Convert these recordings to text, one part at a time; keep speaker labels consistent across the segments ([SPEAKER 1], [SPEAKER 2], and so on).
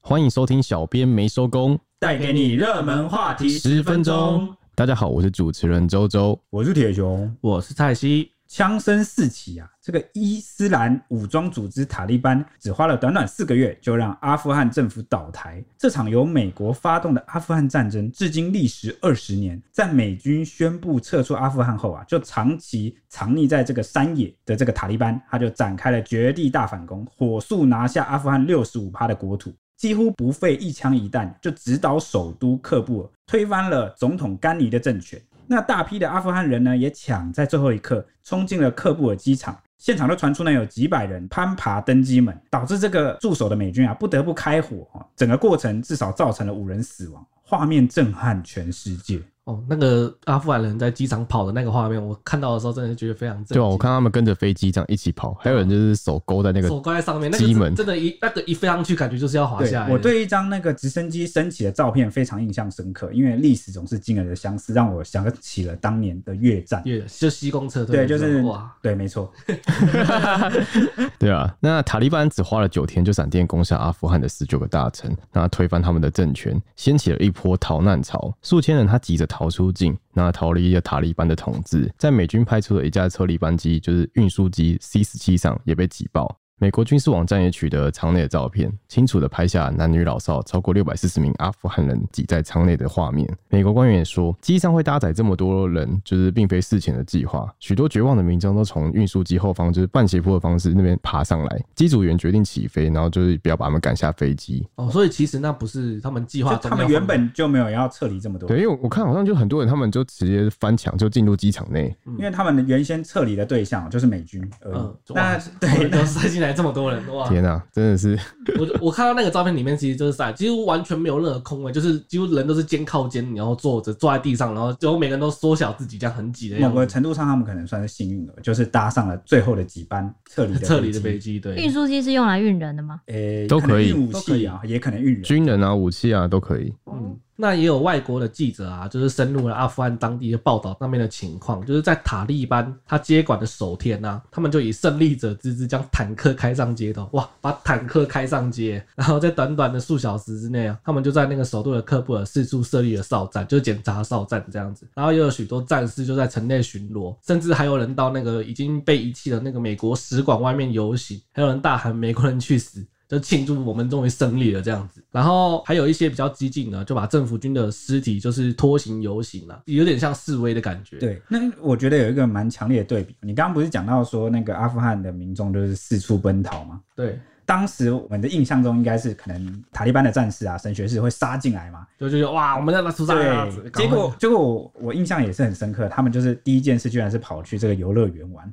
[SPEAKER 1] 欢迎收听小编没收工
[SPEAKER 2] 带给你热门话题十分钟。。
[SPEAKER 1] 大家好，我是主持人周周。
[SPEAKER 2] 我是铁熊，
[SPEAKER 3] 我是蔡西，
[SPEAKER 2] 枪声四起啊！这个伊斯兰武装组织塔利班只花了短短四个月，就让阿富汗政府倒台。这场由美国发动的阿富汗战争，至今历时二十年。在美军宣布撤出阿富汗后啊，就长期藏匿在这个山野的这个塔利班，他就展开了绝地大反攻，火速拿下阿富汗六十五趴的国土。几乎不费一枪一弹就直捣首都喀布尔，推翻了总统甘尼的政权。那大批的阿富汗人呢，也抢在最后一刻冲进了喀布尔机场，现场就传出呢有几百人攀爬登机门，导致这个驻守的美军啊不得不开火、哦，整个过程至少造成了五人死亡，画面震撼全世界。
[SPEAKER 3] 哦，那个阿富汗人在机场跑的那个画面，我看到的时候真的觉得非常震惊。
[SPEAKER 1] 对啊，我看他们跟着飞机这样一起跑，还有人就是手勾在那个
[SPEAKER 3] 手挂在上面，那
[SPEAKER 1] 机门
[SPEAKER 3] 个真的一，那个一飞上去，感觉就是要滑
[SPEAKER 2] 对
[SPEAKER 3] 下来。
[SPEAKER 2] 我，对一张那个直升机升起的照片非常印象深刻，因为历史总是惊人的相似，让我想起了当年的越战。
[SPEAKER 3] 也就西宫撤退
[SPEAKER 2] 对，
[SPEAKER 3] 的时
[SPEAKER 2] 就
[SPEAKER 3] 候，
[SPEAKER 2] 是
[SPEAKER 3] 哇，
[SPEAKER 2] 对，没 错。
[SPEAKER 1] 对啊，那塔利班只花了九天就闪电攻下阿富汗的十九个大城，那推翻他们的政权，掀起了一波逃难潮。数千人他急着逃出境，那逃离了塔利班的统治，在美军派出的一架车利班机，就是运输机 C 十七上也被挤爆。美国军事网站也取得舱内的照片，清楚的拍下男女老少超过六百四十名阿富汗人挤在舱内的画面。美国官员也说，机上会搭载这么多人，就是并非事前的计划。许多绝望的民众都从运输机后方，就是半斜坡的方式那边爬上来。机组员决定起飞，然后就是不要把他们赶下飞机。
[SPEAKER 3] 哦，所以其实那不是他们计划
[SPEAKER 2] 就
[SPEAKER 3] 中
[SPEAKER 2] 他们
[SPEAKER 3] 要
[SPEAKER 2] 原
[SPEAKER 3] 放
[SPEAKER 2] 本就没有要撤离这么多
[SPEAKER 1] 对，因为我看好像就很多人，他们就直接翻墙就进入机场内。
[SPEAKER 2] 因为他们的原先撤离的对象就是美军而已。
[SPEAKER 3] 嗯，
[SPEAKER 2] 那
[SPEAKER 3] 哇
[SPEAKER 2] 对，
[SPEAKER 3] 都
[SPEAKER 2] 那
[SPEAKER 3] 塞进来这么多人，哇！
[SPEAKER 1] 天啊，真的是
[SPEAKER 3] 我我看到那个照片里面，其实就是塞，几乎完全没有任何空位，就是几乎人都是肩靠肩，然后坐着坐在地上，然后最后每个人都缩小自己，这样很挤的样
[SPEAKER 2] 某个
[SPEAKER 3] 子。
[SPEAKER 2] 程度上，他们可能算是幸运儿，就是搭上了最后的几班撤 离的
[SPEAKER 3] 撤离的
[SPEAKER 2] 飞
[SPEAKER 3] 飞
[SPEAKER 2] 机，
[SPEAKER 3] 机，对，
[SPEAKER 4] 运输机是用来运人的吗？
[SPEAKER 2] 诶，
[SPEAKER 1] 都可以
[SPEAKER 2] 能运武器啊，也可能运人。
[SPEAKER 1] 军人啊、武器啊都可以。
[SPEAKER 3] 嗯，那也有外国的记者啊，就是深入了阿富汗当地的报道那边的情况，就是在塔利班他接管的首天啊，他们就以胜利者之姿将坦克开上街头，哇，把坦克开上街，然后在短短的数小时之内啊，他们就在那个首都的喀布尔四处设立了哨站，就是检查哨站这样子，然后也有许多战士就在城内巡逻，甚至还有人到那个已经被遗弃的那个美国使馆外面游行，还有人大喊美国人去死，就庆祝我们终于胜利了这样子。然后还有一些比较激进的，就把政府军的尸体就是拖行游行啊，有点像示威的感觉。，
[SPEAKER 2] 对，那我觉得有一个蛮强烈的对比。你刚刚不是讲到说那个阿富汗的民众就是四处奔逃吗？
[SPEAKER 3] 对，
[SPEAKER 2] 当时我们的印象中应该是可能塔利班的战士啊、神学士会杀进来嘛，
[SPEAKER 3] 就就就哇，我们要把屠杀啊了
[SPEAKER 2] 对，结果结果我我印象也是很深刻，他们就是第一件事居然是跑去这个游乐园玩，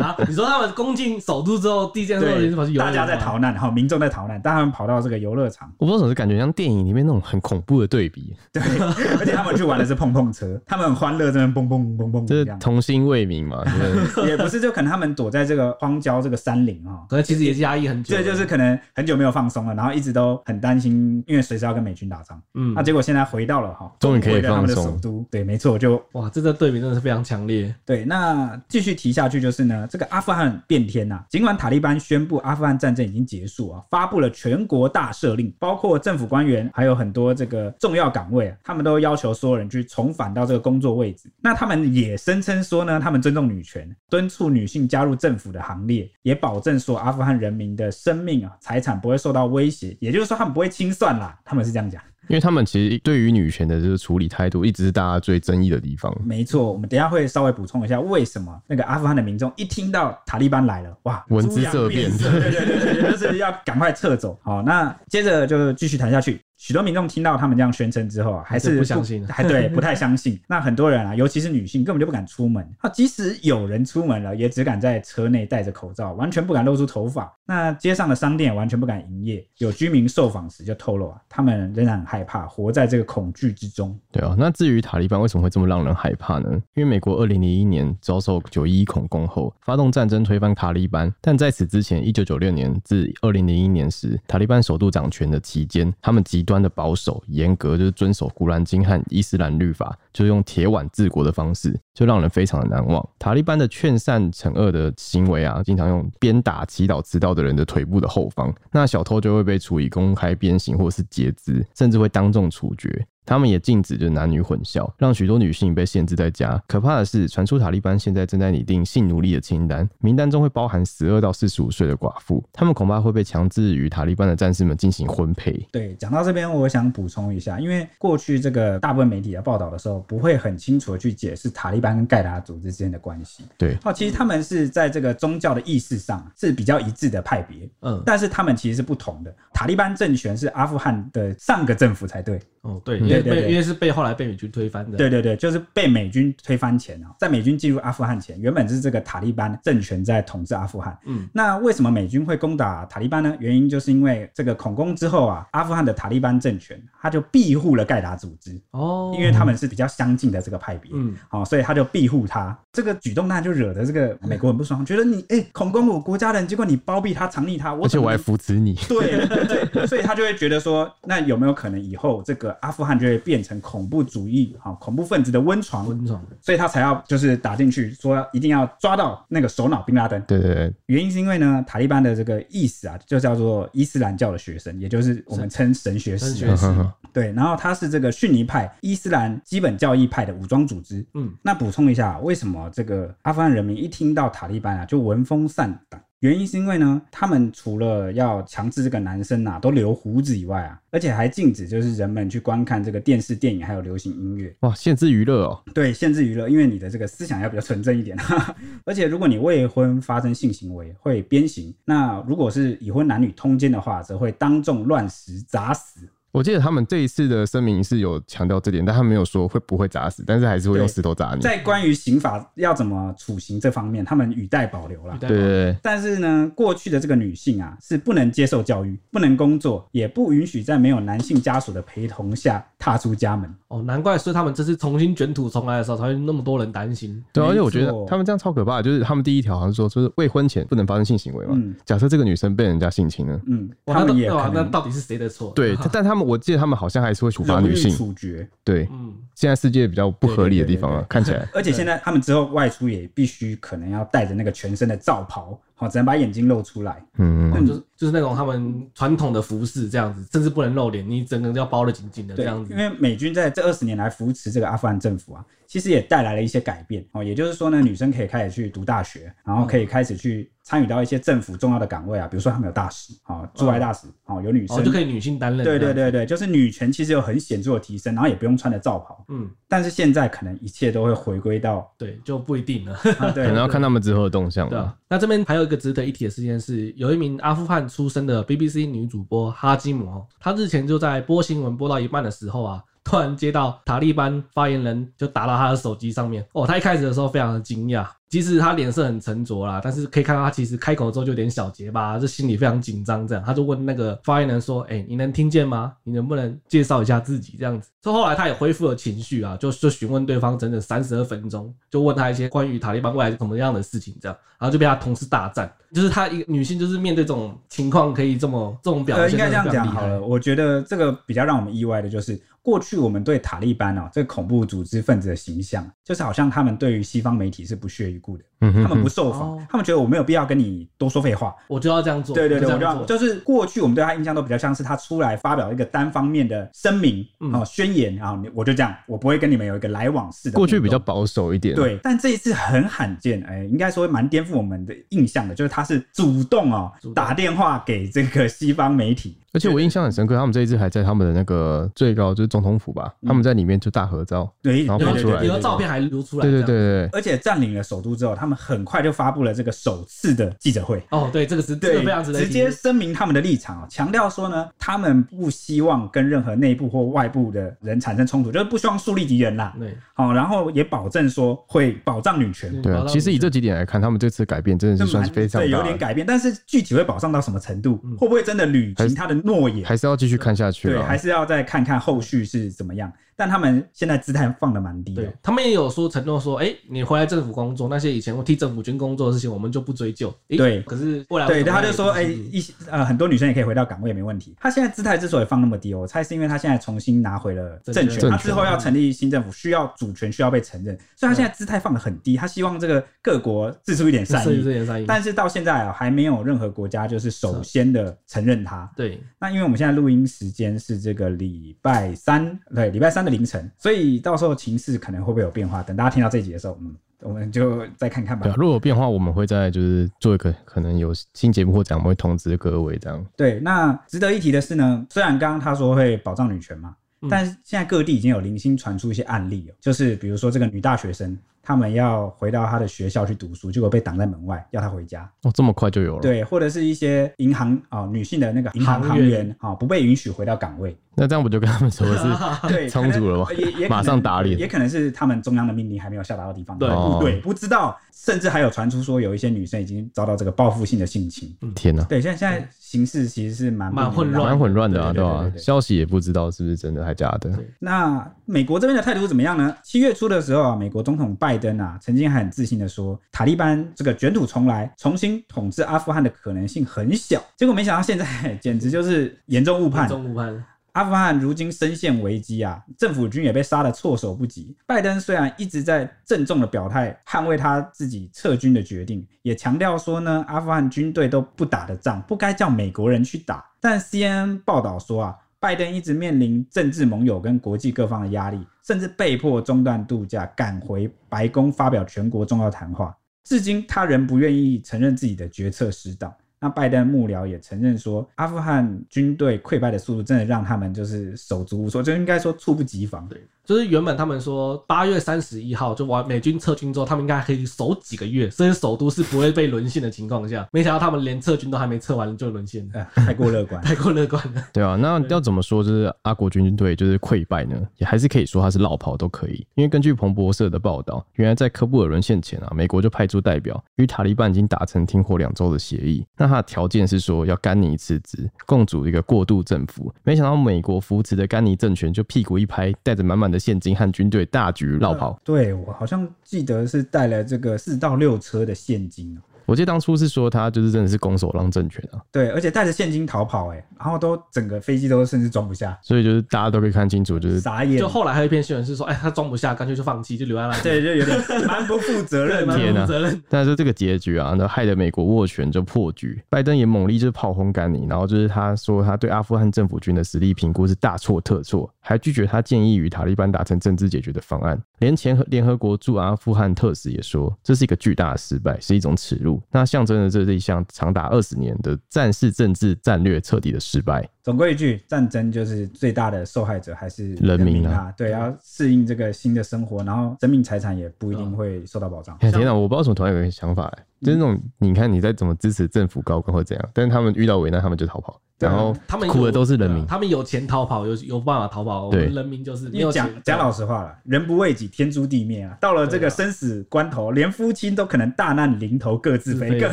[SPEAKER 3] 啊，你说他们攻进首都之后，第一件事情就跑去
[SPEAKER 2] 对，
[SPEAKER 3] 游
[SPEAKER 2] 大
[SPEAKER 3] 行
[SPEAKER 2] 家在
[SPEAKER 3] 吗
[SPEAKER 2] 逃难，然后民众在逃难，但他们跑到这个游乐场，
[SPEAKER 1] 我不知道怎么感觉像电影里面那种很恐怖的对比，
[SPEAKER 2] 对， 而且他们去玩的是碰 碰车，他们很欢乐，这边蹦蹦蹦蹦
[SPEAKER 1] 就
[SPEAKER 2] 这
[SPEAKER 1] 是
[SPEAKER 2] 样，
[SPEAKER 1] 童心未泯嘛，就是
[SPEAKER 2] 也 不是就可能他们躲在这个荒郊这个山林啊、哦。
[SPEAKER 3] 可能其实也是压抑很久
[SPEAKER 2] 这
[SPEAKER 3] 了，
[SPEAKER 2] 就是可能很久没有放松了，然后一直都很担心，因为随时要跟美军打仗。啊
[SPEAKER 3] 嗯
[SPEAKER 2] 那、，结果现在回到了哈，
[SPEAKER 1] 终于可以
[SPEAKER 2] 回到他们的
[SPEAKER 1] 放松
[SPEAKER 2] 首都。对，没错，就
[SPEAKER 3] 哇，这个对比真的是非常强烈。
[SPEAKER 2] 对，那继续提下去就是呢，这个阿富汗变天呐、尽管塔利班宣布阿富汗战争已经结束啊，发布了全国大赦令，包括政府官员还有很多这个重要岗位啊，他们都要求所有人去重返到这个工作位置。那他们也声称说呢，他们尊重女权，敦促女性加入政府的行列，也保证说阿富汗人民的生命啊、财产不会受到威胁，也就是说他们不会清算啦，他们是这样讲。
[SPEAKER 1] 因为他们其实对于女权的这个处理态度，一直是大家最争议的地方。
[SPEAKER 2] 没错，我们等一下会稍微补充一下，为什么那个阿富汗的民众一听到塔利班来了，哇，
[SPEAKER 1] 闻之色变
[SPEAKER 2] 变色，对对对对，对就是要赶快撤走。好，那接着就继续谈下去。许多民众听到他们这样宣称之后啊，还
[SPEAKER 3] 还
[SPEAKER 2] 是
[SPEAKER 3] 是不相信
[SPEAKER 2] 还对不太相信。 那很多人啊，尤其是女性，根本就不敢出门。啊，即使有人出门了，也只敢在车内戴着口罩，完全不敢露出头发。那街上的商店也完全不敢营业。有居民受访时就透露啊，他们仍然很害怕，活在这个恐惧之中。
[SPEAKER 1] 对啊，那至于塔利班为什么会这么让人害怕呢？因为美国二零零一年遭受九一一恐攻后，发动战争推翻塔利班，但在此之前，一九九六年至二零零一年时，塔利班首度掌权的期间，他们极端的保守，严格就是遵守《古兰经》和伊斯兰律法，就用铁腕治国的方式，就让人非常的难忘。塔利班的劝善惩恶的行为啊，经常用鞭打祈祷迟到的人的腿部的后方，那小偷就会被处以公开鞭刑或是截肢，甚至会当众处决。他们也禁止就是男女混校，让许多女性被限制在家。可怕的是，传出塔利班现在正在拟定性奴隶的清单，名单中会包含十二到四十五岁的寡妇，他们恐怕会被强制与塔利班的战士们进行婚配。
[SPEAKER 2] 对，讲到这边，我想补充一下，因为过去这个大部分媒体在报道的时候，不会很清楚的去解释塔利班跟盖达组织之间的关系。
[SPEAKER 1] 对，
[SPEAKER 2] 哦，其实他们是在这个宗教的意识上是比较一致的派别，
[SPEAKER 3] 嗯，
[SPEAKER 2] 但是他们其实是不同的。塔利班政权是阿富汗的上个政府才对，
[SPEAKER 3] 哦，对，
[SPEAKER 1] 嗯
[SPEAKER 3] 因为
[SPEAKER 2] 对对
[SPEAKER 3] 被
[SPEAKER 2] 对
[SPEAKER 3] 因为是被后来被美军推翻的，
[SPEAKER 2] 对对对，就是被美军推翻前啊，在美军进入阿富汗前，原本是这个塔利班政权在统治阿富汗。
[SPEAKER 3] 嗯，
[SPEAKER 2] 那为什么美军会攻打塔利班呢？原因就是因为这个恐攻之后啊，阿富汗的塔利班政权他就庇护了盖达组织，
[SPEAKER 3] 哦，
[SPEAKER 2] 因为他们是比较相近的这个派别。
[SPEAKER 3] 嗯，
[SPEAKER 2] 好、所以他就庇护他。这个举动当然就惹得这个美国很不爽，觉得你哎、恐攻我国家人，结果你包庇他、藏匿他，我
[SPEAKER 1] 而且
[SPEAKER 2] 怎么
[SPEAKER 1] 我还
[SPEAKER 2] 能
[SPEAKER 1] 扶持 你。
[SPEAKER 2] 对对对，所以他就会觉得说，那有没有可能以后这个阿富汗就会变成恐怖主义啊、恐怖分子的温床？
[SPEAKER 3] 温床，
[SPEAKER 2] 所以他才要就是打进去，说一定要抓到那个首脑宾拉登。
[SPEAKER 1] 对对对，
[SPEAKER 2] 原因是因为呢，塔利班的这个意思啊，就叫做伊斯兰教的学生，也就是我们称神学
[SPEAKER 3] 真
[SPEAKER 2] 士
[SPEAKER 3] 学
[SPEAKER 2] 啊。
[SPEAKER 3] 士嘛，
[SPEAKER 2] 对，然后他是这个逊尼派伊斯兰基本教义派的武装组织。
[SPEAKER 3] 嗯，
[SPEAKER 2] 那补充一下，为什么这个阿富汗人民一听到塔利班啊就闻风丧胆？原因是因为呢，他们除了要强制这个男生啊都留胡子以外啊，而且还禁止就是人们去观看这个电视、电影还有流行音乐，
[SPEAKER 1] 哇，限制娱乐哦，
[SPEAKER 2] 对，限制娱乐，因为你的这个思想要比较纯正一点。啊 而且如果你未婚发生性行为会鞭刑，那如果是已婚男女通奸的话，则会当众乱石砸死。
[SPEAKER 1] 我记得他们这一次的声明是有强调这点，但他没有说会不会砸死，但是还是会用
[SPEAKER 2] 对
[SPEAKER 1] 石头
[SPEAKER 3] 嗯
[SPEAKER 1] 砸你。对
[SPEAKER 2] 在关于刑法要怎么处刑这方面，他们语带保留啦。
[SPEAKER 3] 对
[SPEAKER 1] 对对，
[SPEAKER 2] 但是呢，过去的这个女性啊，是不能接受教育，不能工作，也不允许在没有男性家属的陪同下踏出家门。
[SPEAKER 3] 哦，难怪，所以他们这次重新卷土重来的时候，才会那么多人担心。
[SPEAKER 1] 对啊，
[SPEAKER 2] 没
[SPEAKER 1] 而且我觉得
[SPEAKER 2] 错
[SPEAKER 1] 他们这样超可怕的，就是他们第一条好像说，就是未婚前不能发生性行为嘛。
[SPEAKER 2] 嗯
[SPEAKER 1] 假设这个女生被人家性侵了，
[SPEAKER 2] 嗯，
[SPEAKER 3] 哇
[SPEAKER 2] 他
[SPEAKER 3] 那
[SPEAKER 2] 们也
[SPEAKER 3] 对啊
[SPEAKER 2] 可
[SPEAKER 3] 那
[SPEAKER 2] 能
[SPEAKER 3] 到底是谁的错？
[SPEAKER 1] 对，但他们我记得他们好像还是会处罚
[SPEAKER 2] 荣
[SPEAKER 1] 女
[SPEAKER 2] 誉
[SPEAKER 1] 性。
[SPEAKER 2] 处决。
[SPEAKER 1] 对，
[SPEAKER 3] 嗯，
[SPEAKER 1] 现在世界比较不合理的地方啊，看起来
[SPEAKER 2] 而且现在他们之后外出也必须可能要带着那个全身的罩袍，好，只能把眼睛露出来。
[SPEAKER 1] 嗯，
[SPEAKER 3] 哦就是就是那种他们传统的服饰这样子，甚至不能露脸，你整个要包的紧紧的这
[SPEAKER 2] 对
[SPEAKER 3] 样，子
[SPEAKER 2] 因。为美军在这二十年来扶持这个阿富汗政府啊，其实也带来了一些改变哦。也就是说呢，女生可以开始去读大学，然后可
[SPEAKER 3] 嗯
[SPEAKER 2] 以开始去参与到一些政府重要的岗位啊，比如说他们有大使哦，驻外大使哦，有女生
[SPEAKER 3] 嗯哦，就可以女性担任。
[SPEAKER 2] 对对，对对，就是女权其实有很显著的提升，然后也不用穿着罩袍。
[SPEAKER 3] 嗯，
[SPEAKER 2] 但是现在可能一切都会回归 到，
[SPEAKER 3] 对，就不一定了。
[SPEAKER 2] 啊、对
[SPEAKER 1] 可能要看他们之后的动向
[SPEAKER 3] 对
[SPEAKER 1] 了
[SPEAKER 3] 啊。，那这边还有一个值得一提的事件是，有一名阿富汗出生的 BBC 女主播哈基姆哦，她日前就在播新闻播到一半的时候啊，突然接到塔利班发言人就打到她的手机上面哦，她一开始的时候非常的惊讶，即使她脸色很沉着啦，但是可以看到她其实开口之后就有点小结巴，啊这心里非常紧张，这样她就问那个发言人说：“哎、你能听见吗？你能不能介绍一下自己？”这样子，所以后来她也恢复了情绪啊，就就询问对方整整三十二分钟，就问她一些关于塔利班未来是怎么样的事情，这样。然后就被他同事大战。就是她一个女性，就是面对这种情况可以这么这种表
[SPEAKER 2] 呃，
[SPEAKER 3] 现，
[SPEAKER 2] 应该这样讲
[SPEAKER 3] 真的非
[SPEAKER 2] 好
[SPEAKER 3] 常厉害
[SPEAKER 2] 了。。我觉得这个比较让我们意外的就是，过去我们对塔利班哦这个恐怖组织分子的形象，就是好像他们对于西方媒体是不屑一顾的，
[SPEAKER 1] 嗯
[SPEAKER 2] 他
[SPEAKER 1] 哼
[SPEAKER 2] 们不
[SPEAKER 1] 哼，
[SPEAKER 2] 受访，
[SPEAKER 3] 哦
[SPEAKER 2] 他们觉得我没有必要跟你多说废话。
[SPEAKER 3] 我就要这样做，
[SPEAKER 2] 对对对，
[SPEAKER 3] 我
[SPEAKER 2] 我知
[SPEAKER 3] 就这
[SPEAKER 2] 道，
[SPEAKER 3] 样做。
[SPEAKER 2] 就是过去我们对他印象都比较像是他出来发表一个单方面的声明
[SPEAKER 3] 嗯
[SPEAKER 2] 哦、宣言啊、你我就这样，我不会跟你们有一个来往式的互动。
[SPEAKER 1] 过去比较保守一点。，啊
[SPEAKER 2] 对，但这一次很罕见，哎、应该说蛮颠覆我们的印象的，就是他是主动哦
[SPEAKER 3] 主动
[SPEAKER 2] 打电话给这个西方媒体，
[SPEAKER 1] 而且我印象很深刻，他们这一次还在他们的那个最高就是总统府吧，
[SPEAKER 2] 嗯
[SPEAKER 1] 他们在里面就大合照。
[SPEAKER 2] 对，
[SPEAKER 1] 然后
[SPEAKER 2] 对
[SPEAKER 1] 跑
[SPEAKER 2] 对
[SPEAKER 1] 出
[SPEAKER 2] 对
[SPEAKER 1] 来
[SPEAKER 2] 对
[SPEAKER 3] 有的
[SPEAKER 2] 对
[SPEAKER 3] 照片还流出来，
[SPEAKER 1] 对对对
[SPEAKER 3] 这样。
[SPEAKER 1] 对对，
[SPEAKER 2] 而且占领了首都之后，他们很快就发布了这个首次的记者会。
[SPEAKER 3] 哦，对，这个是这
[SPEAKER 2] 对
[SPEAKER 3] 个非常值，得一
[SPEAKER 2] 直
[SPEAKER 3] 提
[SPEAKER 2] 接声明他们的立场哦，强调说呢，他们不希望跟任何内部或外部的人产生冲突，就是不希望树立敌人啦。
[SPEAKER 3] 对
[SPEAKER 2] 好、然后也保证说会保障女权，
[SPEAKER 1] 对
[SPEAKER 3] 保
[SPEAKER 1] 啊，
[SPEAKER 3] 障
[SPEAKER 1] 其实以
[SPEAKER 3] 女
[SPEAKER 1] 这几点来看，他们这次改变真的
[SPEAKER 2] 这
[SPEAKER 1] 是算是
[SPEAKER 2] 蛮
[SPEAKER 1] 非常
[SPEAKER 2] 对有
[SPEAKER 1] 大的，
[SPEAKER 2] 点
[SPEAKER 1] 嗯
[SPEAKER 2] 改变，但是具体会保障到什么程度，会不会真的履
[SPEAKER 1] 还是
[SPEAKER 2] 行他的诺言？
[SPEAKER 1] 还是要继续看下去
[SPEAKER 2] 对，
[SPEAKER 1] 了啊
[SPEAKER 2] 还。是要再看看后续是怎么样。但他们现在姿态放的蛮低的
[SPEAKER 3] 对。他们也有说承诺说，哎、你回来政府工作，那些以前替政府军工作的事情，我们就不追究。诶
[SPEAKER 2] 对
[SPEAKER 3] 可是未来
[SPEAKER 2] 对，
[SPEAKER 3] 为什么
[SPEAKER 2] 他就说，哎、
[SPEAKER 3] 也不是
[SPEAKER 2] 一些呃，很多女生也可以回到岗位，没问题。他现在姿态之所以放那么低，我猜是因为他现在重新拿回了政
[SPEAKER 3] 政
[SPEAKER 2] 权，
[SPEAKER 1] 权
[SPEAKER 2] 他之后要成立新政府，需要主权需要被承认，所以他现在姿态放的很低，他希望这个各国自出一点善
[SPEAKER 3] 是
[SPEAKER 2] 意
[SPEAKER 3] 这。件善意，
[SPEAKER 2] 但是到现在啊，还没有任何国家就是首先的承认他。
[SPEAKER 3] 对
[SPEAKER 2] 那因为我们现在录音时间是这个礼拜三，对，礼拜三的凌晨，所以到时候情势可能会不会有变化？等大家听到这一集的时候，嗯，我们就再看看吧
[SPEAKER 1] 对啊，。如果有变化，我们会在就是做一个可能有新节目或怎样，我们会通知各位这样。
[SPEAKER 2] 对，那值得一提的是呢，虽然刚刚他说会保障女权嘛，
[SPEAKER 3] 嗯
[SPEAKER 2] 但是现在各地已经有零星传出一些案例哦，就是比如说这个女大学生，她们要回到她的学校去读书，结果被挡在门外，要她回家。
[SPEAKER 1] 哦，这么快就有了？。
[SPEAKER 2] 对，或者是一些银行啊、女性的那个银行
[SPEAKER 3] 行
[SPEAKER 2] 行
[SPEAKER 3] 员
[SPEAKER 2] 员啊、不被允许回到岗位。
[SPEAKER 1] 那这样我就跟他们说是
[SPEAKER 2] 对，可
[SPEAKER 1] 充
[SPEAKER 2] 能
[SPEAKER 1] 足啊了吗
[SPEAKER 2] 呃也也可能
[SPEAKER 1] 马上打脸
[SPEAKER 2] 也可能是他们中央的命令还没有下达到地方，
[SPEAKER 3] 对
[SPEAKER 1] 哦
[SPEAKER 2] 部队不知道，甚至还有传出说有一些女生已经遭到这个报复性的性侵。
[SPEAKER 1] 天哪、
[SPEAKER 2] 对，现在现在形势其实是蛮不
[SPEAKER 3] 蛮
[SPEAKER 2] 明朗
[SPEAKER 3] 混
[SPEAKER 2] 的
[SPEAKER 1] 嗯
[SPEAKER 3] 乱
[SPEAKER 1] 蛮混乱的啊，
[SPEAKER 2] 对对对
[SPEAKER 1] 吧、
[SPEAKER 2] 对对对
[SPEAKER 1] 消息也不知道是不是真的还假的
[SPEAKER 3] 对。
[SPEAKER 2] 那美国这边的态度怎么样呢？七月初的时候啊，美国总统拜登啊，曾经还很自信的说，塔利班这个卷土重来、重新统治阿富汗的可能性很小。结果没想到现在 简直就是严重误判
[SPEAKER 3] 严，重误判，
[SPEAKER 2] 阿富汗如今深陷危机啊，政府军也被杀得措手不及。拜登虽然一直在郑重的表态捍卫他自己撤军的决定，也强调说呢，阿富汗军队都不打的仗，不该叫美国人去打。但 CNN 报道说啊，拜登一直面临政治盟友跟国际各方的压力，甚至被迫中断度假，赶回白宫发表全国重要谈话。至今他仍不愿意承认自己的决策失当。那拜登幕僚也承认说，阿富汗军队溃败的速度真的让他们就是手足无措，就应该说猝不及防。
[SPEAKER 3] 对，就是原本他们说八月三十一号就完美军撤军之后，他们应该还可以守几个月，甚至首都是不会被沦陷的情况下， 没想到他们连撤军都还没撤完就沦 陷了，
[SPEAKER 2] 呃，太过乐观。
[SPEAKER 3] 太过乐 观了。
[SPEAKER 1] 对啊，那要怎么说就是阿国军队就是溃败呢？也还是可以说它是落跑都可以，因为根据彭博社的报道，原来在科布尔沦陷前啊，美国就派出代表与塔利班已经达成停火两周的协议。那它的条件是说要甘尼辞职，共组一个过渡政府。没想到美国扶持的甘尼政权就屁股一拍，带着满满的现金和军队大举落跑。
[SPEAKER 2] 对我好像记得是带了这个四到六车的现金哦，
[SPEAKER 1] 我记得当初是说他就是真的是拱手让政权啊，
[SPEAKER 2] 对，而且带着现金逃跑、欸，然后都整个飞机都甚至装不下，
[SPEAKER 1] 所以就是大家都可以看清楚，就是
[SPEAKER 2] 傻眼
[SPEAKER 3] 就。后来还有一篇新闻是说，哎，他装不下，干脆就放弃，就留在那里。
[SPEAKER 2] 对，就有 点蛮不负责任啊的。
[SPEAKER 1] 天
[SPEAKER 3] 蛮
[SPEAKER 1] 哪
[SPEAKER 3] 负 责任。
[SPEAKER 1] 但是这个结局啊，那害得美国斡旋就破局，拜登也猛力就是炮轰甘尼，然后就是他说他对阿富汗政府军的实力评估是大错特错，还拒绝他建议与塔利班达成政治解决的方案。连前和联合国驻阿富汗特使也说，这是一个巨大的失败，是一种耻辱，那象征着这是一项长达二十年的战事政治战略彻底的失败。
[SPEAKER 2] 总归一句，战争就是最大的受害者还是
[SPEAKER 1] 人民啊
[SPEAKER 2] 民啊，对，要适应这个新的生活，然后生命财产也不一定会受到保障。
[SPEAKER 1] 哎天哪，我不知道为什么突然有个想法、欸，就是那种你看你在怎么支持政府高官或怎样，但是他们遇到危难，他们就逃跑，
[SPEAKER 2] 对啊
[SPEAKER 1] 然后
[SPEAKER 3] 他们有
[SPEAKER 1] 哭的都是人民
[SPEAKER 3] 对啊。他们有钱逃跑，有有办法逃跑。我
[SPEAKER 1] 对
[SPEAKER 3] 们人民就是没
[SPEAKER 2] 因
[SPEAKER 3] 有
[SPEAKER 2] 为
[SPEAKER 3] 钱
[SPEAKER 2] 讲讲老实话了，人不为己，天诛地灭啊！到了这
[SPEAKER 3] 对啊
[SPEAKER 2] 个生死关头，连夫妻都可能大难临头各自
[SPEAKER 3] 自
[SPEAKER 2] 飞，
[SPEAKER 3] 飞啊
[SPEAKER 2] 更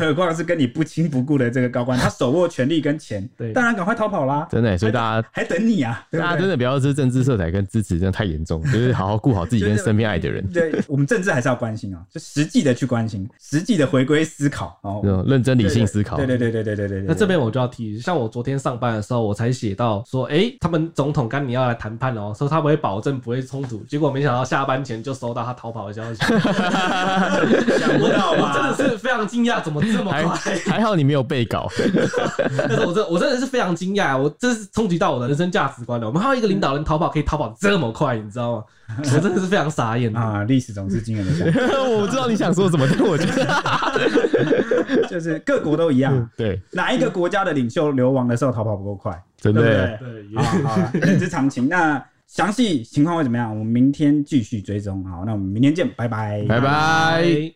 [SPEAKER 2] 何况是跟你不亲不故的这个高 官，他手握权力跟钱
[SPEAKER 3] 对，
[SPEAKER 2] 当然赶快逃跑啦！
[SPEAKER 1] 真的欸、所以大家
[SPEAKER 2] 还等你啊！对不
[SPEAKER 1] 大家
[SPEAKER 2] 对
[SPEAKER 1] 真的不要是政治色彩跟支持，真的太严 重，就是好好顾好自己跟身边爱的人，
[SPEAKER 2] 对我们政治还是要关心啊，就实际的去关心，实际的回归思考哦。
[SPEAKER 1] 那种认真理性思考。
[SPEAKER 2] 对对对对对对对对。
[SPEAKER 3] 那这边我就要提，像我昨天上班的时候，我才写到说，哎、他们总统甘尼要来谈判哦、说他不会保证不会冲突，结果没想到下班前就收到他逃跑的消 息，
[SPEAKER 2] 想不到
[SPEAKER 3] 我真
[SPEAKER 2] 吧
[SPEAKER 3] 的？是非常惊讶，怎么这么
[SPEAKER 1] 还
[SPEAKER 3] 快？
[SPEAKER 1] 还好你没有被搞，
[SPEAKER 3] 但是我真我真的是非常惊讶，我这是冲击到我的人生价值观了。我们还有一个领导人逃跑可以逃跑这么快，你 知道吗？我真的是非常傻眼。
[SPEAKER 2] 啊，历史总是惊人的相似，
[SPEAKER 1] 我不知道你想说什么， 但我觉得
[SPEAKER 2] 就是各国都一
[SPEAKER 3] 嗯
[SPEAKER 2] 样。
[SPEAKER 1] 对，
[SPEAKER 2] 哪一个国家的领袖流亡的时候逃跑不够快？
[SPEAKER 1] 真
[SPEAKER 2] 对不
[SPEAKER 1] 的欸
[SPEAKER 2] 对？
[SPEAKER 3] 对，
[SPEAKER 2] 好好啊，人之常情。那详细情况会怎么样？我们明天继续追踪。好，那我们明天见，拜拜。
[SPEAKER 1] 拜拜。
[SPEAKER 3] 拜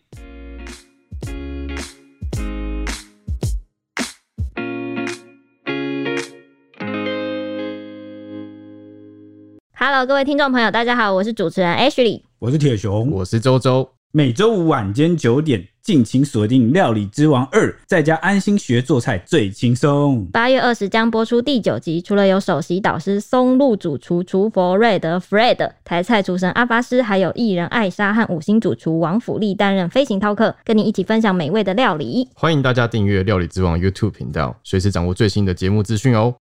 [SPEAKER 4] ？Hello，各位听众朋友，大家好，我是主持人 Ashley。
[SPEAKER 2] 我是铁熊，
[SPEAKER 1] 我是周周，
[SPEAKER 2] 每周五晚间九点敬请锁定《料理之王二》，在家安心学做菜最轻松。
[SPEAKER 4] 八月二十将播出第九集，除了有首席导师松露主厨厨佛瑞德 （Fred）、台菜厨神阿发师，还有艺人艾莎和五星主厨王府力担任飞行饕客，跟你一起分享美味的料理。
[SPEAKER 1] 欢迎大家订阅《料理之王》YouTube 频道，随时掌握最新的节目资讯哦。